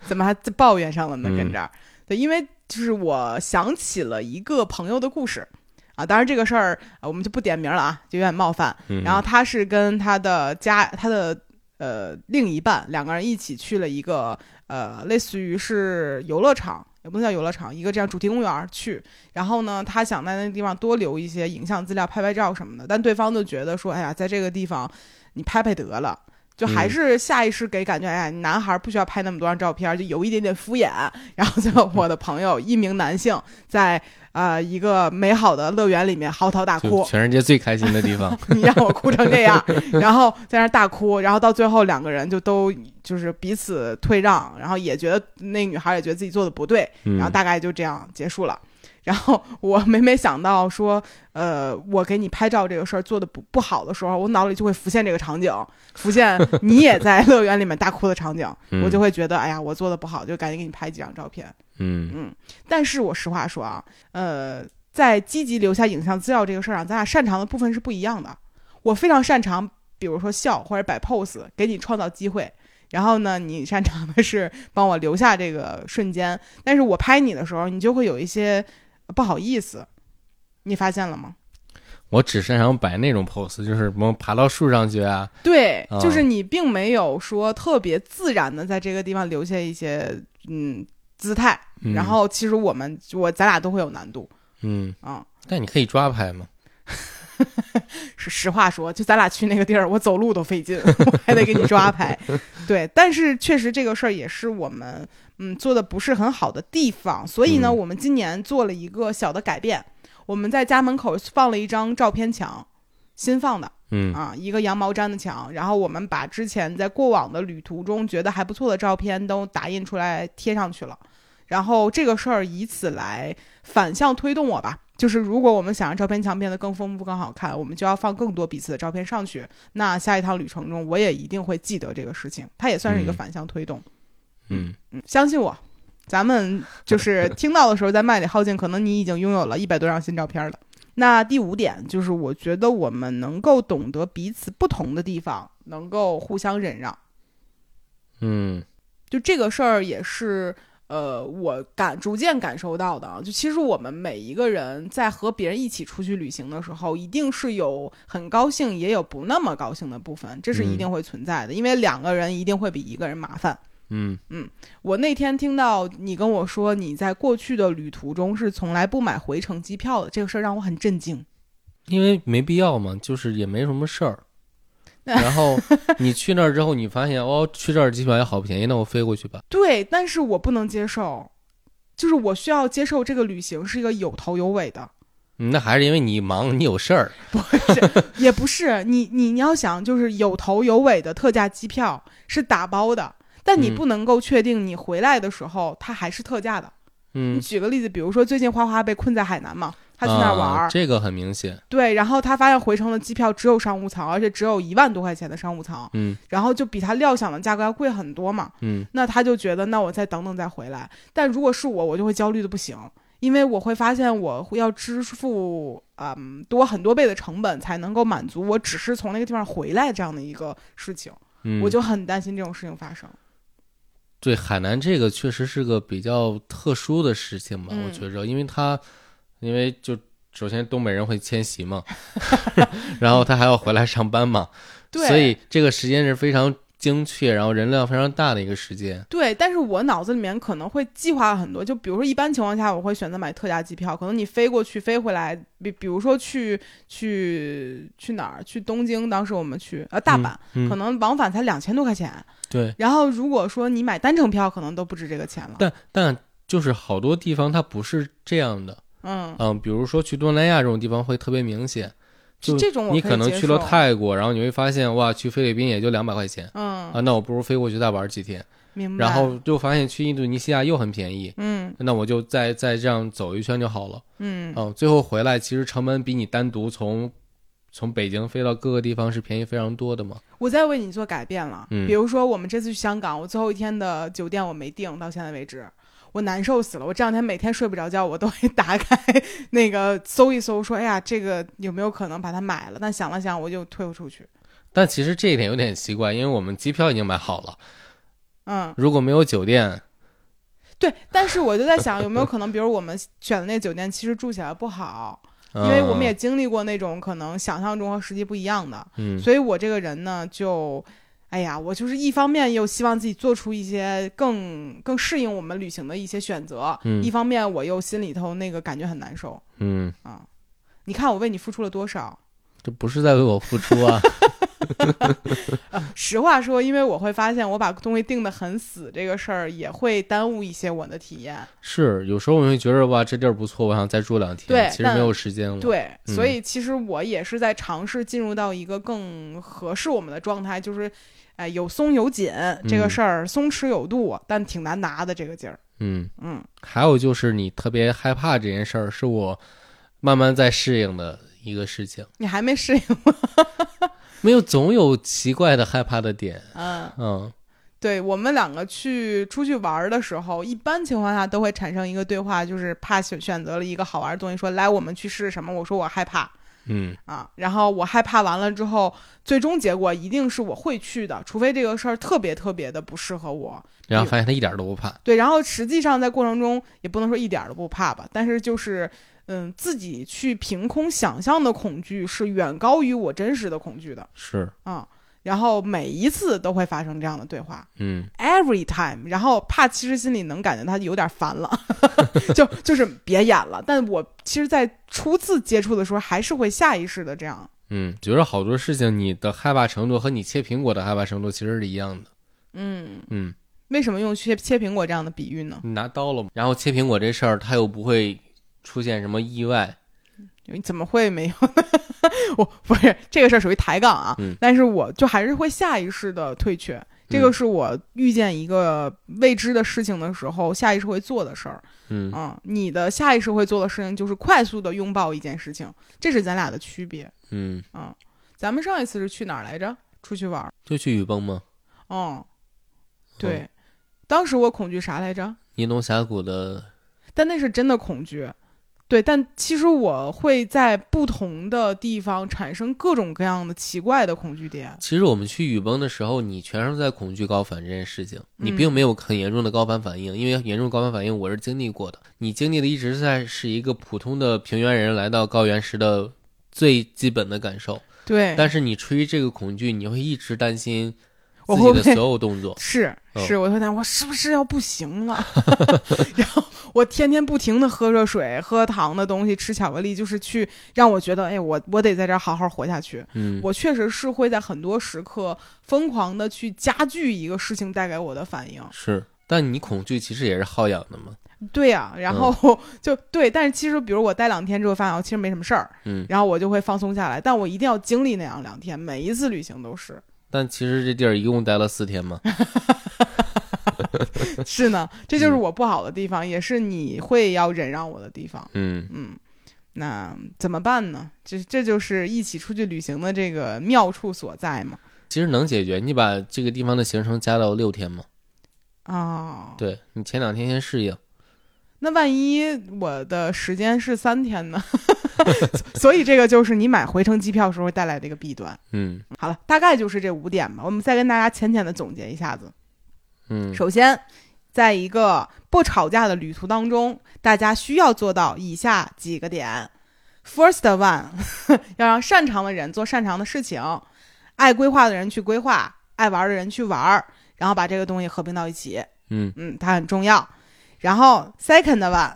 怎么还在抱怨上了呢？
嗯
跟这儿，对，因为就是我想起了一个朋友的故事。啊。当然这个事儿、呃我们就不点名了啊，就有点冒犯。
嗯
然后他是跟他的家，他的呃另一半两个人一起去了一个呃类似于是游乐场，也不能叫游乐场，一个这样主题公园儿去。然后呢，他想在那地方多留一些影像资料、拍拍照什么的，但对方就觉得说，哎呀，在这个地方你拍拍得了。就还
嗯
是下意识给感觉，哎呀，男孩儿不需要拍那么多张照片儿，就有一点点敷衍。 然后就我的朋友，一名男性在呃一个美好的乐园里面嚎啕大哭
就，全世界最开心的地方，
你让我哭成这样，然后在那儿大哭，然后到最后两个人就都就是彼此退让，然后也觉得那女孩也觉得自己做的不对，
嗯
然后大概就这样结束了。然后我每每想到说，呃，我给你拍照这个事儿做的不不好的时候，我脑里就会浮现这个场景，浮现你也在 乐园里面大哭的场景，
嗯
我就会觉得，哎呀，我做的不好，就赶紧给你拍几张照片。
嗯
但是我实话说啊，呃，在积极留下影像资料这个事儿上，咱俩擅长的部分是不一样的。我非常擅长，比如说笑或者摆 pose，给你创造机会。然后呢，你擅长的是帮我留下这个瞬间，但是我拍你的时候，你就会有一些不好意思，你发现了吗？
我只擅长摆那种 pose，就是什么爬到树上去啊，
对，
啊
就是你并没有说特别自然的在这个地方留下一些嗯姿态，
嗯
然后其实我们我咱俩都会有难度
嗯，
啊。
但你可以抓拍嘛，
是实话说，就咱俩去那个地儿，我走路都费劲， 我还得给你抓拍。对，但是确实这个事儿也是我们嗯做的不是很好的地方，所以呢，
嗯
我们今年做了一个小的改变，我们在家门口放了一张照片墙，新放的
嗯
啊，一个羊毛毡的墙，然后我们把之前在过往的旅途中觉得还不错的照片都打印出来贴上去了。然后这个事儿以此来反向推动我吧，就是如果我们想让照片墙变得更丰富、更好看，我们就要放更多彼此的照片上去。那下一趟旅程中，我也一定会记得这个事情，它也算是一个
嗯
反向推动。
嗯，
嗯，相信我，咱们就是听到的时候，在麦里耗尽，可能你已经拥有了一百多张新照片了。那第五点就是，我觉得我们能够懂得彼此不同的地方，能够互相忍让。
嗯
就这个事儿也是，呃，我感逐渐感受到的啊。就其实我们每一个人在和别人一起出去旅行的时候，一定是有很高兴，也有不那么高兴的部分，这是一定会存在的，因为两个人一定会比一个人麻烦。
嗯
我那天听到你跟我说你在过去的旅途中是从来不买回程机票的，这个事儿让我很震惊。
因为没必要嘛，就是也没什么事 儿。然后你去那儿之后，你发现哦，去这儿机票也好便宜，那我飞过去吧。
对，但是我不能接受，就是我需要接受这个旅行是一个有头有尾的，
嗯那还是因为你忙，你有事儿。
也不是你你你要想就是有头有尾的特价机票是打包的，但你
嗯
不能够确定你回来的时候它还是特价的。你
嗯，
举个例子，比如说最近花花被困在海南嘛，他去那儿玩儿，
啊这个很明显。
对，然后他发现回程的机票只有商务舱，而且只有一万多块钱的商务舱，
嗯
然后就比他料想的价格要贵很多嘛。
嗯
那他就觉得，那我再等等再回来。但如果是我，我就会焦虑的不行，因为我会发现我要支付嗯多很多倍的成本才能够满足我只是从那个地方回来这样的一个事情，
嗯，
我就很担心这种事情发生。
对海南这个确实是个比较特殊的事情吧，
嗯
我觉着，因为它，因为就首先东北人会迁徙嘛， 然后他还要回来上班嘛，
对，
所以这个时间是非常精确，然后人量非常大的一个时间。
对，但是我脑子里面可能会计划很多，就比如说一般情况下我会选择买特价机票，可能你飞过去飞回来，比比如说去去去哪儿？去东京，当时我们去呃大阪，
嗯
可能往返才两千多块钱。
对，
然后如果说你买单程票，可能都不止这个钱了。
但但就是好多地方它不是这样的，
嗯，
嗯，比如说去东南亚这种地方会特别明显，就
这嗯种我
你
可以
可能
接
去了
受
泰国，然后你会发现哇，去菲律宾也就两百块钱
嗯
啊，那我不如飞过去再玩几天，
明白。
然后就发现去印度尼西亚又很便宜，
嗯
那我就再再这样走一圈就好了。
嗯
嗯，最后回来其实成本比你单独从从北京飞到各个地方是便宜非常多的嘛。
我在为你做改变了。
嗯
比如说我们这次去香港，我最后一天的酒店我没订，到现在为止。我难受死了！我这两天每天睡不着觉，我都会 打开那个搜一搜，说：“哎呀，这个有没有可能把它买了？”但想了想，我就退出去。
但其实这一点有点奇怪，因为我们机票已经买好了，
嗯，
如果没有酒店，
对。但是我就在想，有没有可能，比如我们选的那酒店其实住起来不好，
啊
因为我们也经历过那种可能想象中和实际不一样的，
嗯
所以我这个人呢，就，哎呀，我就是一方面又希望自己做出一些更更适应我们旅行的一些选择，
嗯
一方面我又心里头那个感觉很难受
嗯，
啊。你看我为你付出了多少？
这不是在为我付出 啊，
实话说，因为我会发现我把东西定得很死，这个事儿也会耽误一些我的体验。
是有时候我会觉得哇，这地儿不错，我想再住两天，
对
其实
但
没有时间了，，
对，
嗯
所以其实我也是在尝试进入到一个更合适我们的状态，就是，哎、有松有紧这个事儿，松弛有度，但挺难拿的这个劲儿。
嗯，
嗯，
还有就是你特别害怕这件事儿，是我慢慢在适应的一个事情，
你还没适应，
没有总有奇怪的害怕的点，
嗯，
嗯
对我们两个去出去玩儿的时候，一般情况下都会产生一个对话，就是怕选选择了一个好玩的东西，说来我们去试试什么，我说我害怕
嗯
啊，然后我害怕完了之后，最终结果一定是我会去的，除非这个事儿特别特别的不适合我，
然后发现他一点儿都不怕，
对，然后实际上在过程中也不能说一点儿都不怕吧，但是就是，嗯，自己去凭空想象的恐惧是远高于我真实的恐惧的
是，
啊、然后每一次都会发生这样的对话
嗯
，every time。然后怕其实心里能感觉他有点烦了， 就就是别演了。但我其实，在初次接触的时候，还是会下意识的这样。
嗯，觉得好多事情你的害怕程度和你切苹果的害怕程度其实是一样的，
嗯，
嗯。
为什么用切切苹果这样的比喻呢？
你拿刀了吗？然后切苹果这事儿，它又不会出现什么意外。
怎么会没有 呢？我不是这个事儿属于抬杠啊，
嗯
但是我就还是会下意识的退却。这个是我遇见一个未知的事情的时候，下意识会做的事儿。
嗯
嗯，你的下意识会做的事情就是快速的拥抱一件事情，这是咱俩的区别。
嗯，
嗯，咱们上一次是去哪儿来着？出去玩儿。
就去雨崩吗？
嗯，对，当时我恐惧啥来着？
尼龙峡谷的，
但那是真的恐惧。对，但其实我会在不同的地方产生各种各样的奇怪的恐惧点。
其实我们去雨崩的时候，你全是在恐惧高反这件事情，你
嗯
并没有很严重的高反反应，因为严重高反反应我是经历过的。你经历的一直在是一个普通的平原人来到高原时的最基本的感受，
对，
但是你出于这个恐惧，你会一直担心
我
自
会
己
不
的
会
所有动作。
是
嗯
是，我会想我是不是要不行了？ 然后我天天不停的喝热水、喝糖的东西、吃巧克力，就是去让我觉得，哎，我我得在这儿好好活下去。
嗯，
我确实是会在很多时刻疯狂的去加剧一个事情带给我的反应。
是，但你恐惧其实也是耗氧的嘛。
对呀、然
嗯
后 就对，但是其实比如我待两天之后发现，哦，其实没什么事儿，
嗯，
然后我就会放松下来，但我一定要经历那样两天，每一次旅行都是。
但其实这地儿一共待了四天嘛。
是呢，这就是我不好的地方，也是你会要忍让我的地方。
嗯，
嗯，那怎么办呢？这这就是一起出去旅行的这个妙处所在嘛。
其实能解决。你把这个地方的行程加到六天嘛？
哦，
对你前两天先适应，
那万一我的时间是三天呢？ 所以这个就是你买回程机票时候带来的一个弊端。
嗯
好了，大概就是这五点吧。我们再跟大家浅浅的总结一下子。
嗯
首先，在一个不吵架的旅途当中，大家需要做到以下几个点：First one，要 让擅长的人做擅长的事情，爱规划的人去规划，爱玩的人去玩儿，然后把这个东西合并到一起。
嗯，
嗯，它很重要。然后 second one，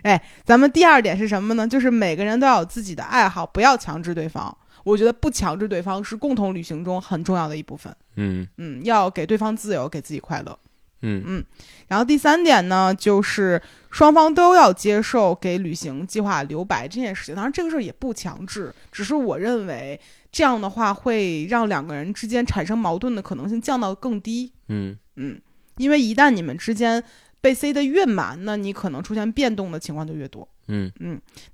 哎，咱们第二点是什么呢？就是每个人都要有自己的爱好，不要强制对方。我觉得不强制对方是共同旅行中很重要的一部分。
嗯
嗯，要给对方自由，给自己快乐。
嗯
然后第三点呢，就是双方都要接受给旅行计划留白这件事情。当然，这个事儿也不强制，只是我认为这样的话会让两个人之间产生矛盾的可能性降到更低。
嗯
嗯，因为一旦你们之间被塞得越满，那你可能出现变动的情况就越多。
嗯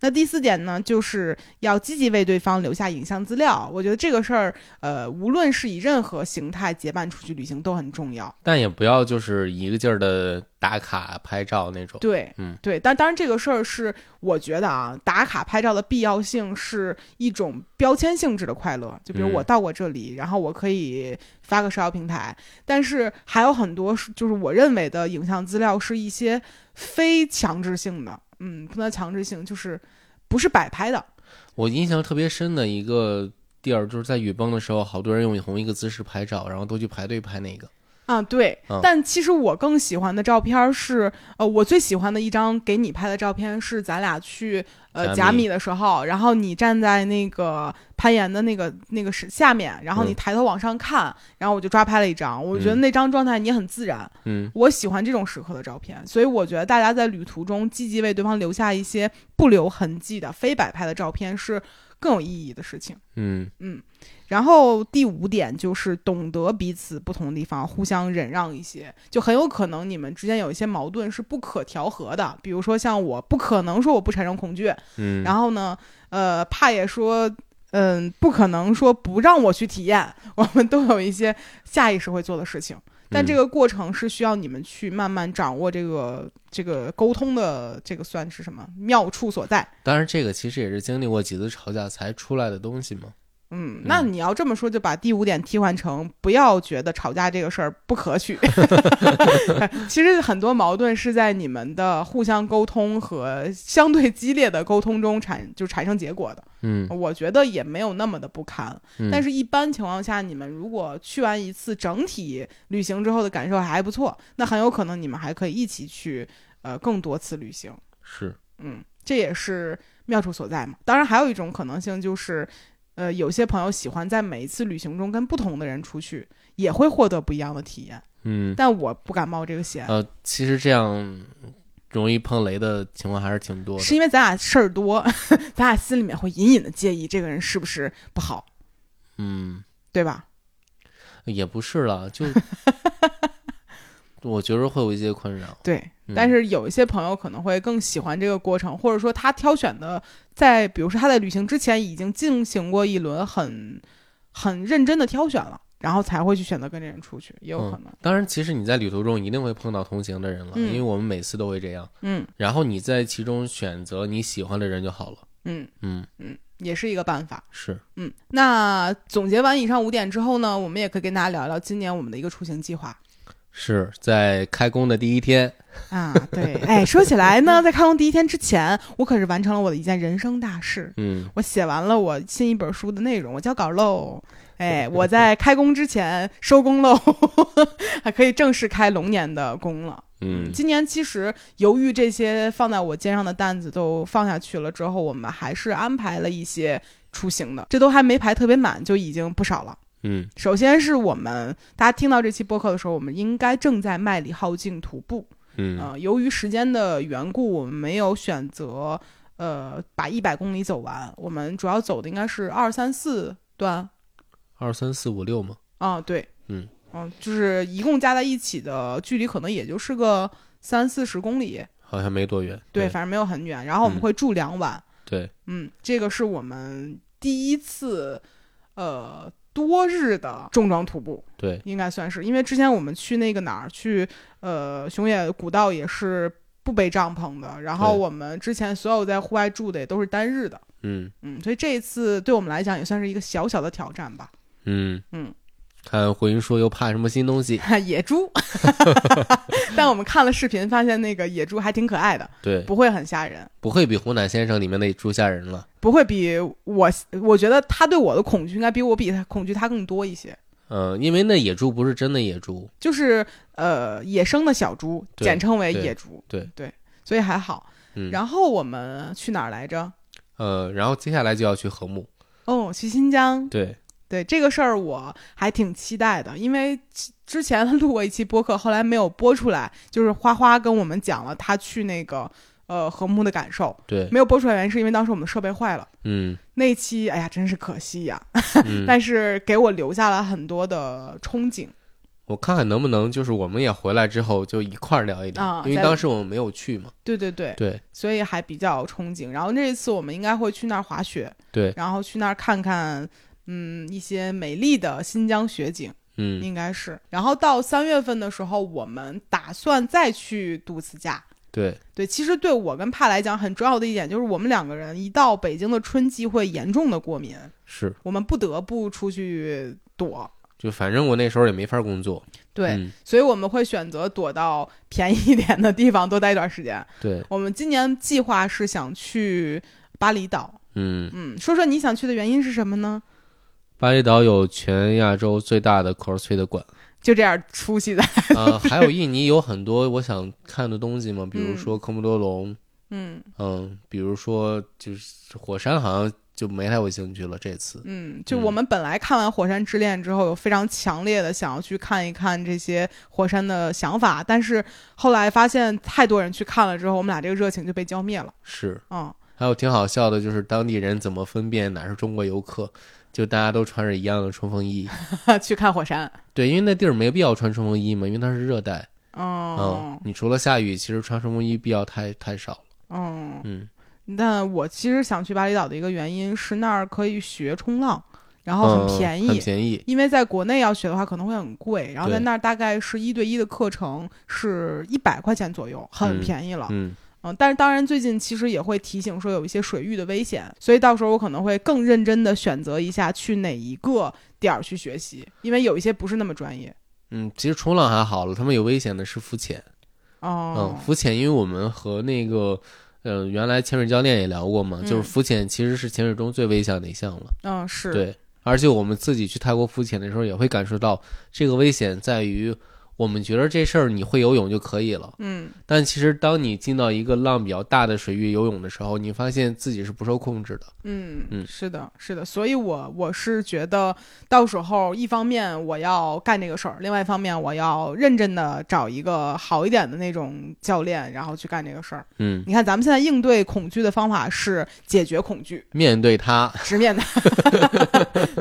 那第四点呢，就是要积极为对方留下影像资料。我觉得这个事儿，呃，无论是以任何形态结伴出去旅行都很重要。
但也不要就是一个劲儿的打卡拍照那种。
对，
嗯
对，但当然这个事儿是我觉得啊，打卡拍照的必要性是一种标签性质的快乐，就比如
嗯
我到过这里，然后我可以发个社交平台，但是还有很多是就是我认为的影像资料是一些非强制性的，嗯，不能强制性就是。不是摆拍的，
我印象特别深的一个地儿，就是在雨崩的时候，好多人用同一个姿势拍照，然后都去排队拍那个。
啊，对，
嗯
但其实我更喜欢的照片是，呃，我最喜欢的一张给你拍的照片是咱俩去呃
甲
甲
米
米的时候，然后你站在那个攀岩的那个那个是下面，然后你
嗯
抬头往上看，然后我就抓拍了一张，我觉得
嗯
那张状态你很自然，
嗯，
我喜欢这种时刻的照片，所以我觉得大家在旅途中积极为对方留下一些不留痕迹的非摆拍的照片是更有意义的事情。
嗯，
然后第五点就是懂得彼此不同的地方，互相忍让一些，就很有可能你们之间有一些矛盾是不可调和的。比如说像我不可能说我不产生恐惧，
嗯，
然后呢，呃，怕也说，嗯，不可能说不让我去体验， 我们都有一些下意识会做的事情，但这
嗯
个过程是需要你们去慢慢掌握这个这个沟通的这个算是什么妙处所在。
当然这个其实也是经历过几次吵架才出来的东西嘛。
嗯，那
嗯
你要这么说，就把第五点替换成不要觉得吵架这个事儿不可取。 其实很多矛盾是在你们的互相沟通和相对激烈的沟通中产就产生结果的。
嗯，
我觉得也没有那么的不堪，
嗯
哦但是一般情况下，你们如果去完一次整体旅行之后的感受还不错，那很有可能你们还可以一起去呃更多次旅行。
是，
嗯，这也是妙处所在嘛。当然，还有一种可能性就是，呃，有些朋友喜欢在每一次旅行中跟不同的人出去，也会获得不一样的体验。
嗯，
但我不敢冒这个险，
呃，其实这样容易碰雷的情况还是挺多的。
是因为咱俩事儿多， 咱俩心里面会隐隐的介意这个人是不是不好，
嗯，
对吧？
也不是 啦，就我觉得会有一些困扰。
对。
嗯
但是有一些朋友可能会更喜欢这个过程，或者说他挑选的在，比如说他在旅行之前已经进行过一轮很很认真的挑选了，然后才会去选择跟这人出去，也有
嗯
可能。
当然，其实你在旅途中一定会碰到同行的人了，
嗯
因为我们每次都会这样。
嗯
然后你在其中选择你喜欢的人就好了。
嗯，
嗯，
也是一个办法。
是，
嗯，那总结完以上五点之后呢，我们也可以跟大家聊聊今年我们的一个出行计划
是在开工的第一天，
啊。对，哎，说起来呢，在开工第一天之前，我可是完成了我的一件人生大事。
嗯，
我写完了我新一本书的内容，我交稿喽。哎，我在开工之前收工喽， 还可以正式开龙年的工了。
嗯
今年其实由于这些放在我肩上的担子都放下去了之后，我们还是安排了一些出行的，这都还没排特别满，就已经不少了。
嗯
首先是我们大家听到这期播客的时候，我们应该正在麦里浩径徒步。
嗯
呃，由于时间的缘故，我们没有选择呃把一百公里走完，我们主要走的应该是二三四段
二三四五六嘛，
啊，对，
嗯
就是一共加在一起的距离可能也就是个三四十公里，
好像没多远。
对，
对
反正没有很远。然后我们
嗯
会住两晚，
对，
嗯，这个是我们第一次呃多日的重装徒步。
对，
应该算是，因为之前我们去那个哪儿去，呃，熊野古道也是不背帐篷的。然后
对
我们之前所有在户外住的也都是单日的，
嗯
嗯，所以这一次对我们来讲也算是一个小小的挑战吧。
嗯
嗯，
看回音说又怕什么新东西？
野猪， 但我们看了视频，发现那个野猪还挺可爱的，
对，
不会很吓人，
不会比《湖南先生》里面那猪吓人了。
不会比我，我觉得他对我的恐惧应该比我比他恐惧他更多一些。
嗯，因为那野猪不是真的野猪，
就是呃，野生的小猪，
对
简称为
对
野猪，
对
对，所以还好。
嗯，
然后我们去哪儿来着？
呃，然后接下来就要去和睦，
哦，去新疆。
对，
对这个事儿，我还挺期待的，因为之之前录过一期播客，后来没有播出来，就是花花跟我们讲了他去那个呃和睦的感受，
对，
没有播出来原因是因为当时我们的设备坏了。
嗯
那期哎呀，真是可惜呀、
嗯，
但是给我留下了很多的憧憬。
我看看能不能就是我们也回来之后就一块儿聊一聊，
啊
因为
再
当时我们没有去嘛，
对对对，
对
所以还比较憧憬。然后这一次我们应该会去那儿滑雪，
对，
然后去那儿看看嗯一些美丽的新疆雪景。
嗯
应该是。然后到三月份的时候，我们打算再去度次假。
对，
对，其实对我跟帕来讲很重要的一点就是，我们两个人一到北京的春季会严重的过敏，
是，
我们不得不出去躲。
就反正我那时候也没法工作，
对，
嗯
所以我们会选择躲到便宜一点的地方多待一段时间。
对，
我们今年计划是想去巴厘岛。
嗯，
嗯，说说你想去的原因是什么呢？
巴厘岛有全亚洲最大的 CrossFit 馆，
就这样出息的，
呃，还有印尼有很多我想看的东西嘛，比如说科莫多龙，
嗯
嗯，比如说就是火山，好像就没太有兴趣了。这次，
嗯，就我们本来看完《火山之恋》之后，有非常强烈的想要去看一看这些火山的想法，但是后来发现太多人去看了之后，我们俩这个热情就被浇灭了。
是，
嗯，
还有挺好笑的，就是当地人怎么分辨哪是中国游客，就大家都穿着一样的冲锋衣。
去看火山。
对，因为那地儿没必要穿冲锋衣嘛，因为它是热带。
嗯
嗯，你除了下雨，其实穿冲锋衣必要太太少了。
嗯，
嗯，
但我其实想去巴厘岛的一个原因是那儿可以学冲浪，然后哦很
嗯
便宜。
很便宜。
因为在国内要学的话可能会很贵，然后在
对
那儿大概是一对一的课程是一百块钱左右，很
嗯
便宜了。
嗯，
嗯，但是当然最近其实也会提醒说有一些水域的危险，所以到时候我可能会更认真的选择一下去哪一个点儿去学习，因为有一些不是那么专业。
嗯，其实冲浪还好了，他们有危险的是浮潜。
哦
嗯，，浮潜，因为我们和那个呃原来潜水教练也聊过嘛，就
嗯
是浮潜其实是潜水中最危险的一项了。
嗯是，
对，而且我们自己去泰国浮潜的时候也会感受到这个危险在于。我们觉得这事儿你会游泳就可以了，
嗯
但其实当你进到一个浪比较大的水域游泳的时候，你发现自己是不受控制的。
嗯
嗯
是的，是的，所以我我是觉得到时候一方面我要干这个事儿，另外一方面我要认真的找一个好一点的那种教练，然后去干这个事儿。
嗯，
你看咱们现在应对恐惧的方法是解决恐惧，
面对它，
直面的。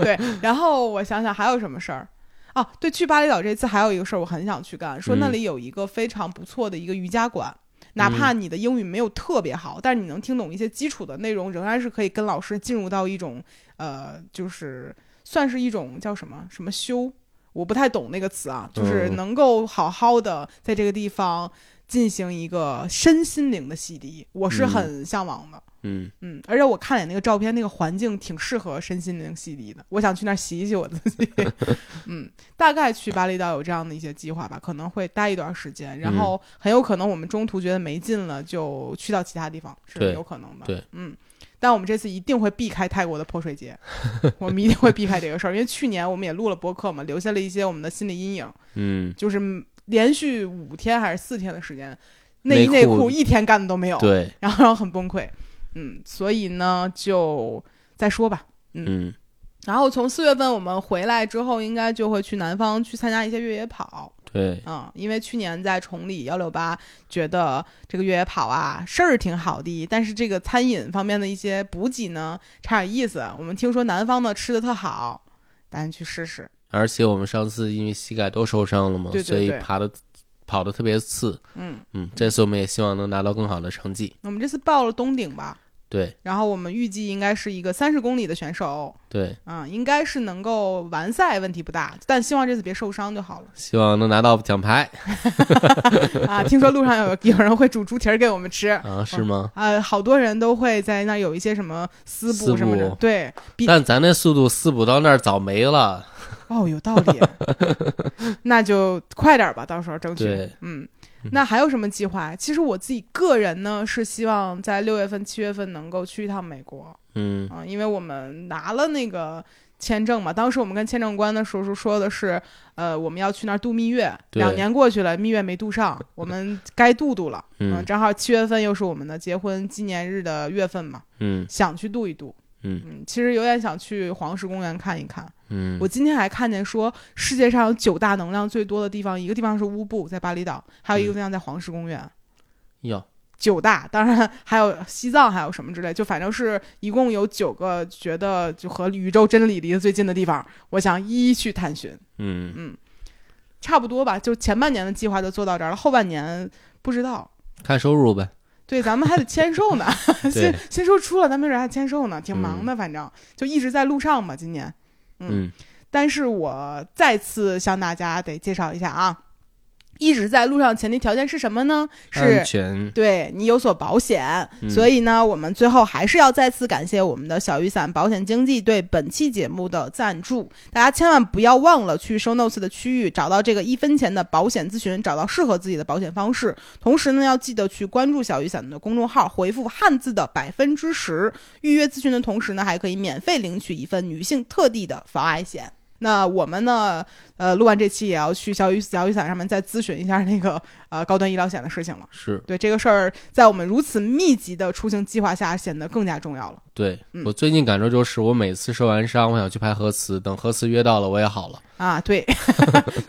对，然后我想想还有什么事儿。哦，对，去巴厘岛这次还有一个事儿我很想去干，说那
嗯
里有一个非常不错的一个瑜伽馆，哪怕
嗯
你的英语没有特别好，但是你能听懂一些基础的内容，仍然是可以跟老师进入到一种呃，就是算是一种叫什么什么修，我不太懂那个词啊，就是
嗯
能够好好的在这个地方进行一个身心灵的洗涤，我是
嗯
很向往的。
嗯，
嗯，而且我看了那个照片，那个环境挺适合身心灵洗涤的。我想去那儿洗一洗我自己。 嗯，大概去巴厘岛有这样的一些计划吧，可能会待一段时间，然
嗯
后很有可能我们中途觉得没劲了，就去到其他地方，是
对
有可能的。
对
嗯。但我们这次一定会避开泰国的泼水节，我们一定会避开这个事儿，因为去年我们也录了播客嘛，留下了一些我们的心理阴影，
嗯，
就是连续五天还是四天的时间，内
内
衣内
裤
裤一天干的都没有。
对，
然后很崩溃，嗯，所以呢就再说吧。
嗯
然后从四月份我们回来之后，应该就会去南方去参加一些越野跑，
对，
嗯，因为去年在崇礼幺六八，觉得这个越野跑啊事儿挺好的，但是这个餐饮方面的一些补给呢差点意思。我们听说南方的吃的特好，咱去试试。
而且我们上次因为膝盖都受伤了嘛，
对对
所以
对
爬的跑的特别次。
嗯，
嗯，这次我们也希望能拿到更好的成绩。
我们这次报了东顶吧，
对
然后我们预计应该是一个三十公里的选手，
对，
嗯，应该是能够完赛，问题不大，但希望这次别受伤就好了。
希望能拿到奖牌
啊，听说路上有有人会煮猪蹄儿给我们吃。
啊？是吗？
呃，好多人都会在那儿有一些什么丝
丝
布什么的
布，
对，比
但咱那速度四补到那儿早没了。
哦，有道 理，那就快点儿吧，到时候争取
对。
嗯，那还有什么计划？其实我自己个人呢是希望在六月份、七月份能够去一趟美国
嗯
啊、因为我们拿了那个签证嘛，当时我们跟签证官的叔叔说的是，呃，我们要去那儿度蜜月，
对
两年过去了，蜜月没度上，我们该度度了。嗯，
嗯
正好七月份又是我们的结婚纪念日的月份嘛，
嗯
想去度一度。
嗯
嗯，其实有点想去黄石公园看一看。
嗯
我今天还看见说，世界上有九大能量最多的地方，一个地方是乌布，在巴厘岛，还有一个地方在黄石公园。
哟，
九大，当然还有西藏，还有什么之类，就反正是一共有九个觉得就和宇宙真理离得最近的地方，我想一一去探寻。
嗯，
差不多吧，就前半年的计划就做到这儿了，后半年不知道。
看收入呗。嗯
对，咱们还得签售呢，新
对
新书出了，咱没准还签售呢，挺忙的，反正、就一直在路上吧，今年。嗯
嗯
但是我再次向大家得介绍一下啊，一直在路上，前提条件是什么呢？是
安全，
对你有所保险，
嗯
所以呢，我们最后还是要再次感谢我们的小雨伞保险经纪对本期节目的赞助。大家千万不要忘了去 show notes 的区域找到这个一分钱的保险咨询，找到适合自己的保险方式。同时呢，要记得去关注小雨伞的公众号，回复汉字的百分之十，预约咨询的同时呢，还可以免费领取一份女性特地的防癌险。那我们呢？呃，录完这期也要去小雨小雨伞上面再咨询一下那个呃高端医疗险的事情了。
是
对这个事儿，在我们如此密集的出行计划下，显得更加重要了。
对
嗯
我最近感受就是，我每次受完伤，我想去拍核磁，等核磁约到了，我也好了。
啊，对，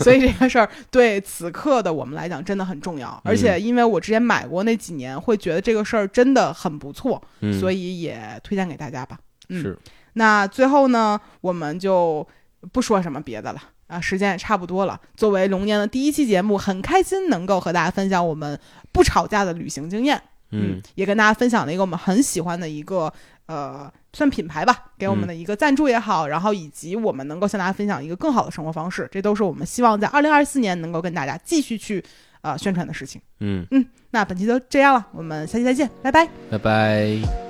所以这个事儿对此刻的我们来讲真的很重要。而且，因为我之前买过那几年，会觉得这个事儿真的很不错，
嗯，
所
以
以也推荐给大家吧。嗯
是
那最后呢，我们就不说什么别的了。啊，时间也差不多了。作为龙年的第一期节目，很开心能够和大家分享我们不吵架的旅行经验。
嗯，
也跟大家分享了一个我们很喜欢的一个呃，算品牌吧，给我们
嗯
的一个赞助也好，然后以及我们能够向大家分享一个更好的生活方式，这都是我们希望在二零二四年能够跟大家继续去呃宣传的事情。
嗯，
那本期就这样了，我们下期再见，拜拜。
拜拜。